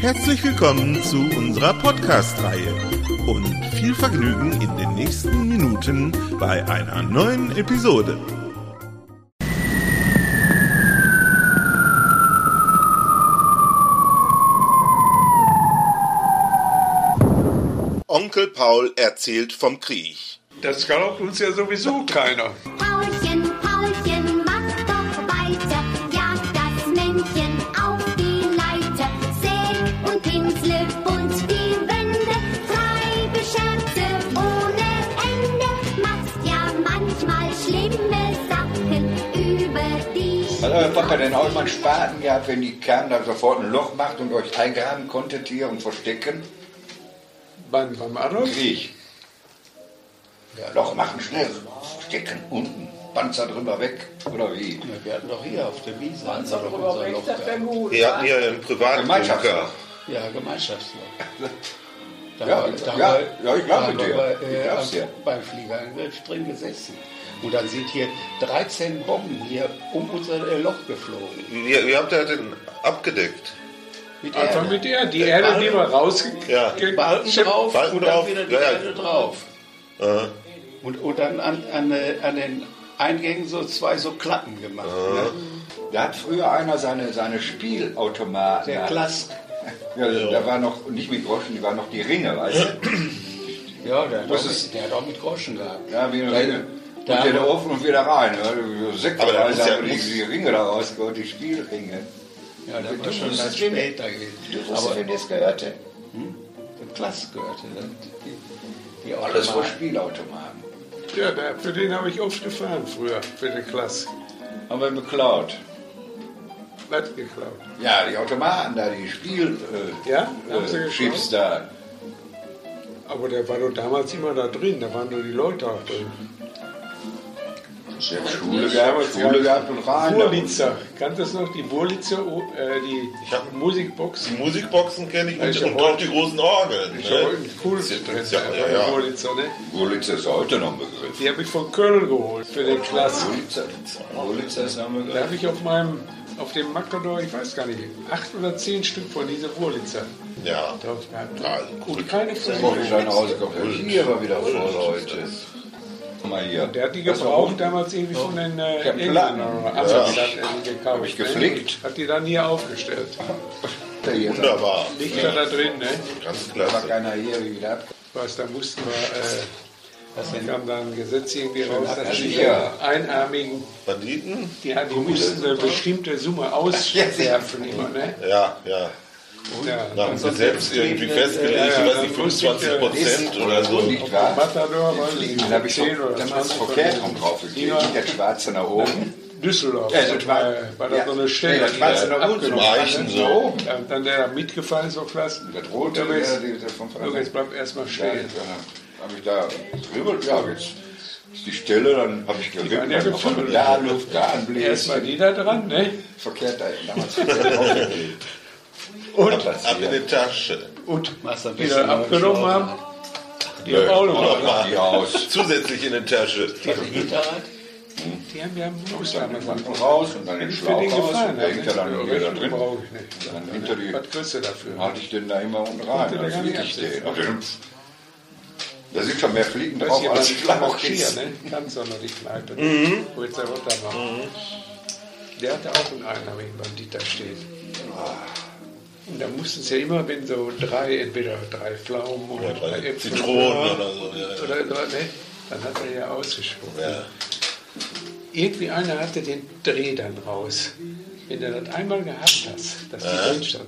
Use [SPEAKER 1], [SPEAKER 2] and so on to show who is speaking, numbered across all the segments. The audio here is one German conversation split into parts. [SPEAKER 1] Herzlich willkommen zu unserer Podcast-Reihe und viel Vergnügen in den nächsten Minuten bei einer neuen Episode. Onkel Paul erzählt vom Krieg.
[SPEAKER 2] Das glaubt uns ja sowieso keiner.
[SPEAKER 3] Paulchen, Paulchen, mach doch weiter, jag das Männchen auf die Leiter, säg und pinsle bunt die Wände, treibe Scherze ohne Ende, machst ja manchmal schlimme Sachen über die
[SPEAKER 4] Hat euer Papa denn auch immer einen Spaten gehabt, wenn die kamen, da sofort ein Loch macht und euch eingraben konntet hier und verstecken?
[SPEAKER 2] Beim, beim Adolf?
[SPEAKER 4] Ich. Ja, Loch machen schnell, verstecken, unten, Panzer drüber weg, oder wie?
[SPEAKER 5] Wir hatten doch hier auf der Wiese hatten wir doch
[SPEAKER 6] Aber
[SPEAKER 5] unser Loch
[SPEAKER 6] rechts hat
[SPEAKER 5] da.
[SPEAKER 6] der Mond.
[SPEAKER 1] Wir hatten hier einen privaten Bunker.
[SPEAKER 4] Gemeinschaftsloch.
[SPEAKER 5] Ja, Gemeinschaftsloch. Da
[SPEAKER 4] Ja,
[SPEAKER 5] haben wir- da
[SPEAKER 4] ja,
[SPEAKER 5] haben wir-
[SPEAKER 4] ja, ich glaub
[SPEAKER 5] da
[SPEAKER 4] mit
[SPEAKER 5] haben wir
[SPEAKER 4] dir.
[SPEAKER 5] bei,
[SPEAKER 4] Ich
[SPEAKER 5] Äh,
[SPEAKER 4] glaub's
[SPEAKER 5] am-
[SPEAKER 4] dir.
[SPEAKER 5] beim Fliegerangriff drin gesessen. Und dann sind hier 13 Bomben hier um unser äh, Loch geflogen.
[SPEAKER 1] Ihr, ihr habt ja den abgedeckt.
[SPEAKER 5] Mit
[SPEAKER 2] Also
[SPEAKER 5] Erde.
[SPEAKER 2] mit der, die Erde, die wir rausgekriegt
[SPEAKER 1] Ja.
[SPEAKER 5] Balken drauf
[SPEAKER 1] Balken
[SPEAKER 5] und dann
[SPEAKER 1] drauf,
[SPEAKER 5] wieder die
[SPEAKER 1] ja, ja.
[SPEAKER 5] Erde drauf.
[SPEAKER 1] Äh,
[SPEAKER 5] Und, und dann an, an, äh, an den Eingängen so zwei so Klappen gemacht.
[SPEAKER 4] Äh.
[SPEAKER 5] Ne?
[SPEAKER 4] Da hat früher einer seine, seine Spielautomaten.
[SPEAKER 5] Der Klask.
[SPEAKER 4] Ja, da war noch, nicht mit Groschen, die waren noch die Ringe, weißt du?
[SPEAKER 5] Ja, der, hat
[SPEAKER 4] Das
[SPEAKER 5] auch
[SPEAKER 4] ist-
[SPEAKER 5] mit, der hat auch mit Groschen gehabt.
[SPEAKER 4] Ja, wie eine
[SPEAKER 5] Da-
[SPEAKER 4] Ringe.
[SPEAKER 5] da-
[SPEAKER 4] und wieder offen und wieder rein.
[SPEAKER 1] Aber da
[SPEAKER 4] Sektorweise
[SPEAKER 1] muss ja-
[SPEAKER 4] haben die, die Ringe da rausgeholt, die Spielringe.
[SPEAKER 5] Ja, da
[SPEAKER 4] Du
[SPEAKER 5] war schon
[SPEAKER 4] wusstest,
[SPEAKER 5] das
[SPEAKER 4] wem-
[SPEAKER 5] später. gewesen.
[SPEAKER 4] Du
[SPEAKER 5] Aber
[SPEAKER 4] wusstest, wem das gehörte.
[SPEAKER 5] das Klass gehörte. ne? Die, die
[SPEAKER 4] Alles vor
[SPEAKER 5] Automaten.
[SPEAKER 4] Spielautomaten.
[SPEAKER 2] Ja, da, für den habe ich oft gefahren früher, für den Klass.
[SPEAKER 4] Haben wir beklaut.
[SPEAKER 2] Was geklaut.
[SPEAKER 4] Ja, die Automaten da, die Spiel... Äh,
[SPEAKER 2] Ja? Haben sie
[SPEAKER 4] äh, Chips
[SPEAKER 2] geklaut?
[SPEAKER 4] da.
[SPEAKER 2] Aber der war doch damals immer da drin, da waren nur die Leute auch drin.
[SPEAKER 4] Ich hab Schule gehabt, Schule gehabt und
[SPEAKER 1] Ah,
[SPEAKER 4] rein.
[SPEAKER 2] Wurlitzer, kannst du das noch? Die Wurlitzer, oh, äh, die
[SPEAKER 1] hab-
[SPEAKER 2] Musikbox.
[SPEAKER 1] Die Musikboxen kenne ich
[SPEAKER 2] Ich
[SPEAKER 1] und,
[SPEAKER 2] hab
[SPEAKER 1] und
[SPEAKER 2] auch-
[SPEAKER 1] auch die großen Orgeln.
[SPEAKER 2] Ich
[SPEAKER 1] ne?
[SPEAKER 2] habe einen coolen
[SPEAKER 1] Ist
[SPEAKER 2] drin,
[SPEAKER 1] ja, ja, ja.
[SPEAKER 2] Wurlitzer, ne?
[SPEAKER 4] Wurlitzer ist heute noch ein Begriff.
[SPEAKER 2] Die habe ich von Köln geholt, für den Klass.
[SPEAKER 4] Wurlitzer, Wurlitzer ist noch ein
[SPEAKER 2] Da
[SPEAKER 4] Begriff.
[SPEAKER 2] habe ich auf meinem, auf dem Macador, ich weiß gar nicht, acht oder zehn Stück von dieser Wurlitzer
[SPEAKER 1] Ja.
[SPEAKER 2] drauf gehabt.
[SPEAKER 1] Ja, cool.
[SPEAKER 2] Und keine
[SPEAKER 4] Wo
[SPEAKER 2] Frage.
[SPEAKER 4] ich dann rausgekommen bin. Hier war wieder voll heute. Guck mal hier.
[SPEAKER 2] Der hat die
[SPEAKER 4] Das war
[SPEAKER 2] gebraucht
[SPEAKER 4] gut.
[SPEAKER 2] damals irgendwie von den äh,
[SPEAKER 4] Ich hab Also
[SPEAKER 2] Engländern
[SPEAKER 4] Platten.
[SPEAKER 2] oder
[SPEAKER 4] Ja.
[SPEAKER 2] Amis hat er die gekauft.
[SPEAKER 4] Hab ich geflickt.
[SPEAKER 2] Ne? Hat die dann hier aufgestellt.
[SPEAKER 4] Der hier. Da
[SPEAKER 1] Wunderbar.
[SPEAKER 2] Lichter
[SPEAKER 1] Ja,
[SPEAKER 2] da drin, ne?
[SPEAKER 1] ganz
[SPEAKER 4] war
[SPEAKER 1] klasse.
[SPEAKER 4] keiner hier, wie wieder ab.
[SPEAKER 2] Was, da mussten wir, äh, da kam dann ein Gesetz irgendwie raus, dass
[SPEAKER 4] abgeschickt.
[SPEAKER 2] die äh, Einarmigen,
[SPEAKER 1] Banditen?
[SPEAKER 2] die, die mussten eine bestimmte Summe auswerfen immer, ne?
[SPEAKER 1] Ja, ja.
[SPEAKER 2] Ja.
[SPEAKER 1] Da haben sie selbst irgendwie festgelegt,
[SPEAKER 2] ja, also
[SPEAKER 1] ich weiß
[SPEAKER 2] dann
[SPEAKER 1] nicht,
[SPEAKER 2] wusste ich,
[SPEAKER 1] 25 Prozent oder so.
[SPEAKER 4] Nicht
[SPEAKER 2] Am
[SPEAKER 4] wahr?
[SPEAKER 2] Matador war
[SPEAKER 4] Fliegen, da habe ich so,
[SPEAKER 2] 10 oder
[SPEAKER 4] da ist
[SPEAKER 2] 20
[SPEAKER 4] verkehrt
[SPEAKER 2] von
[SPEAKER 4] rum
[SPEAKER 2] denen.
[SPEAKER 4] drauf
[SPEAKER 2] Ja.
[SPEAKER 4] geklebt. Der Schwarze nach oben.
[SPEAKER 2] Düsseldorf.
[SPEAKER 4] Ja, das war-
[SPEAKER 2] war, war Also, äh, da
[SPEAKER 4] ja.
[SPEAKER 2] so eine Stelle.
[SPEAKER 4] Nee, das war so eine
[SPEAKER 2] abgenommen
[SPEAKER 4] Route.
[SPEAKER 2] hat, ne?
[SPEAKER 1] Weichen so.
[SPEAKER 2] Ja, und Dann der da mitgefallen ist auf Klassen.
[SPEAKER 4] Das Rote,
[SPEAKER 2] Aber jetzt,
[SPEAKER 4] ja, die- die von Frankreich.
[SPEAKER 2] Junge, jetzt bleibt erstmal
[SPEAKER 4] Ja,
[SPEAKER 2] stehen.
[SPEAKER 4] habe ich da drüber, ja, jetzt ist die Stelle, dann habe ich
[SPEAKER 2] waren ja
[SPEAKER 4] gewinnt.
[SPEAKER 2] gefüllt.
[SPEAKER 4] Da Luft, da ein
[SPEAKER 2] Erstmal
[SPEAKER 4] Bläschen.
[SPEAKER 2] die da dran, ne?
[SPEAKER 4] Verkehrt da damals. verkehrt aufgeklebt.
[SPEAKER 2] Und,
[SPEAKER 4] Das
[SPEAKER 1] Ab in
[SPEAKER 4] hier.
[SPEAKER 1] die Tasche.
[SPEAKER 2] und
[SPEAKER 5] Machst ein
[SPEAKER 2] die
[SPEAKER 5] bisschen
[SPEAKER 2] dann abgenommen haben, die haben auch noch
[SPEAKER 4] Oder mach die aus.
[SPEAKER 1] Zusätzlich in die Tasche.
[SPEAKER 6] Also
[SPEAKER 5] Hinterrad.
[SPEAKER 2] Die haben ja einen Bus
[SPEAKER 4] Dann
[SPEAKER 2] damals
[SPEAKER 4] nimmt man
[SPEAKER 2] gemacht.
[SPEAKER 4] den raus und dann den ne?
[SPEAKER 2] Nicht für
[SPEAKER 4] Schlauch
[SPEAKER 2] den
[SPEAKER 4] raus
[SPEAKER 2] gefallen. Also
[SPEAKER 4] und der hängt ja dann irgendwie da drin.
[SPEAKER 2] brauche ich nicht.
[SPEAKER 4] Dann hinter die,
[SPEAKER 2] Was kriegst du dafür?
[SPEAKER 4] halte ich den da immer unten rein. Also
[SPEAKER 2] Konnte
[SPEAKER 4] Dann
[SPEAKER 2] der gar
[SPEAKER 4] fliege
[SPEAKER 2] nicht
[SPEAKER 4] ich
[SPEAKER 2] absetzen.
[SPEAKER 4] den. Und also, Da sind schon mehr Fliegen
[SPEAKER 2] Das
[SPEAKER 4] drauf
[SPEAKER 2] hier
[SPEAKER 4] als
[SPEAKER 2] war
[SPEAKER 4] Schlauch.
[SPEAKER 2] auch hier, ne? Ganz sonderlich Kneipe. Mhm. Wo jetzt der Rotter war.
[SPEAKER 4] Mhm.
[SPEAKER 2] Der hatte auch einen einarmigen Bandit da stehen. Und da mussten es ja immer, wenn so drei, entweder drei Pflaumen oder drei
[SPEAKER 1] Bei
[SPEAKER 2] Äpfel
[SPEAKER 1] Zitronen oder so. ja,
[SPEAKER 2] oder so, ne? Dann hat er ja ausgeschoben.
[SPEAKER 1] Ja.
[SPEAKER 2] Irgendwie einer hatte den Dreh dann raus. Wenn du das einmal gehabt hast, dass die drin stand,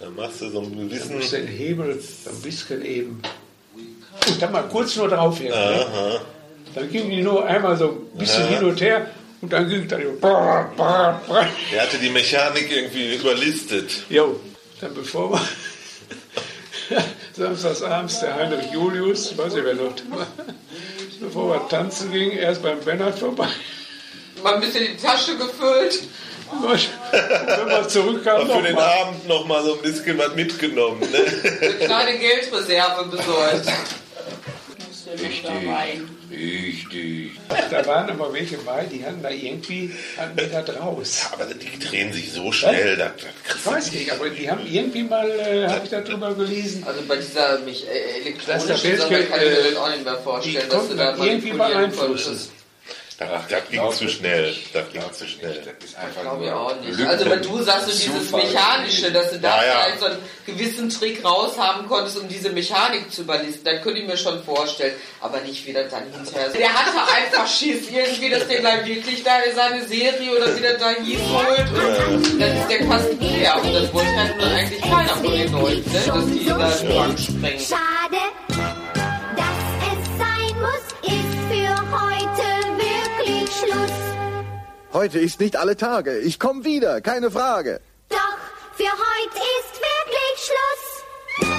[SPEAKER 1] Dann machst du so einen gewissen.
[SPEAKER 2] musst du den Hebel so ein bisschen eben. Und dann mal kurz nur drauf hier. Ne? Dann ging die nur einmal so ein bisschen hin und her Und dann ging das so. brrr, brrr, brrr.
[SPEAKER 6] Er hatte die Mechanik irgendwie überlistet.
[SPEAKER 2] Jo, dann bevor wir samstagsabends der Heinrich Julius, weiß ich wer noch da war, bevor wir tanzen gingen, erst beim Bernhard vorbei.
[SPEAKER 7] Mal ein bisschen die Tasche gefüllt.
[SPEAKER 2] Und Wenn wir zurückkamen,
[SPEAKER 6] Aber für
[SPEAKER 2] noch
[SPEAKER 6] den
[SPEAKER 2] mal.
[SPEAKER 6] Abend noch mal so ein bisschen was mitgenommen. Ne?
[SPEAKER 7] Eine kleine Geldreserve besorgt.
[SPEAKER 4] Richtig.
[SPEAKER 2] da waren aber welche bei, die hatten da irgendwie, hatten die da draus.
[SPEAKER 6] Aber die drehen sich so schnell. Da, da
[SPEAKER 2] Ich
[SPEAKER 6] kriegst
[SPEAKER 2] weiß nicht, aber die haben irgendwie mal, äh, habe ich da drüber gelesen,
[SPEAKER 7] Also bei dieser mich, äh,
[SPEAKER 2] Das
[SPEAKER 7] elektronischen
[SPEAKER 2] ist
[SPEAKER 7] Sache kann ich mir
[SPEAKER 2] äh,
[SPEAKER 7] das auch nicht mehr vorstellen,
[SPEAKER 2] die
[SPEAKER 7] dass du
[SPEAKER 2] konnten
[SPEAKER 7] da
[SPEAKER 2] das irgendwie
[SPEAKER 7] manipulieren
[SPEAKER 2] beeinflussen.
[SPEAKER 7] konntest.
[SPEAKER 6] du- da, da ging zu schnell. Da ging zu schnell.
[SPEAKER 4] Das ist einfach
[SPEAKER 7] Glaube ich
[SPEAKER 4] nur
[SPEAKER 7] auch nicht.
[SPEAKER 4] Glück
[SPEAKER 7] Also wenn
[SPEAKER 4] und
[SPEAKER 7] du sagst, so dieses
[SPEAKER 4] Zufall.
[SPEAKER 7] Mechanische, dass du da
[SPEAKER 6] Ja, ja.
[SPEAKER 7] vielleicht so einen gewissen Trick raushaben konntest, um diese Mechanik zu überlisten, dann könnte ich mir schon vorstellen. Aber nicht wieder dann hinterher. so- Der hatte einfach Schiss irgendwie, dass der gleich wirklich da seine Serie oder wieder da hieß holt. Und dann ist der Kastenbär. Und das wollte halt nun eigentlich keiner von den Leuten, ne? dass die da Bank sprengen.
[SPEAKER 3] Schade, dass es sein muss, ist für heute wirklich Schluss.
[SPEAKER 8] Heute ist nicht alle Tage. Ich komm wieder, keine Frage.
[SPEAKER 3] Doch für heute ist wirklich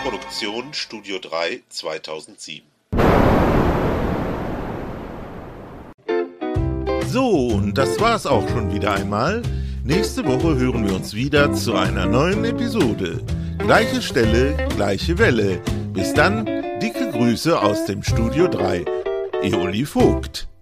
[SPEAKER 3] Schluss.
[SPEAKER 1] Produktion Studio 3 2007. So, und das war's auch schon wieder einmal. Nächste Woche hören wir uns wieder zu einer neuen Episode. Gleiche Stelle, gleiche Welle. Bis dann, dicke Grüße aus dem Studio 3. Eoli Vogt.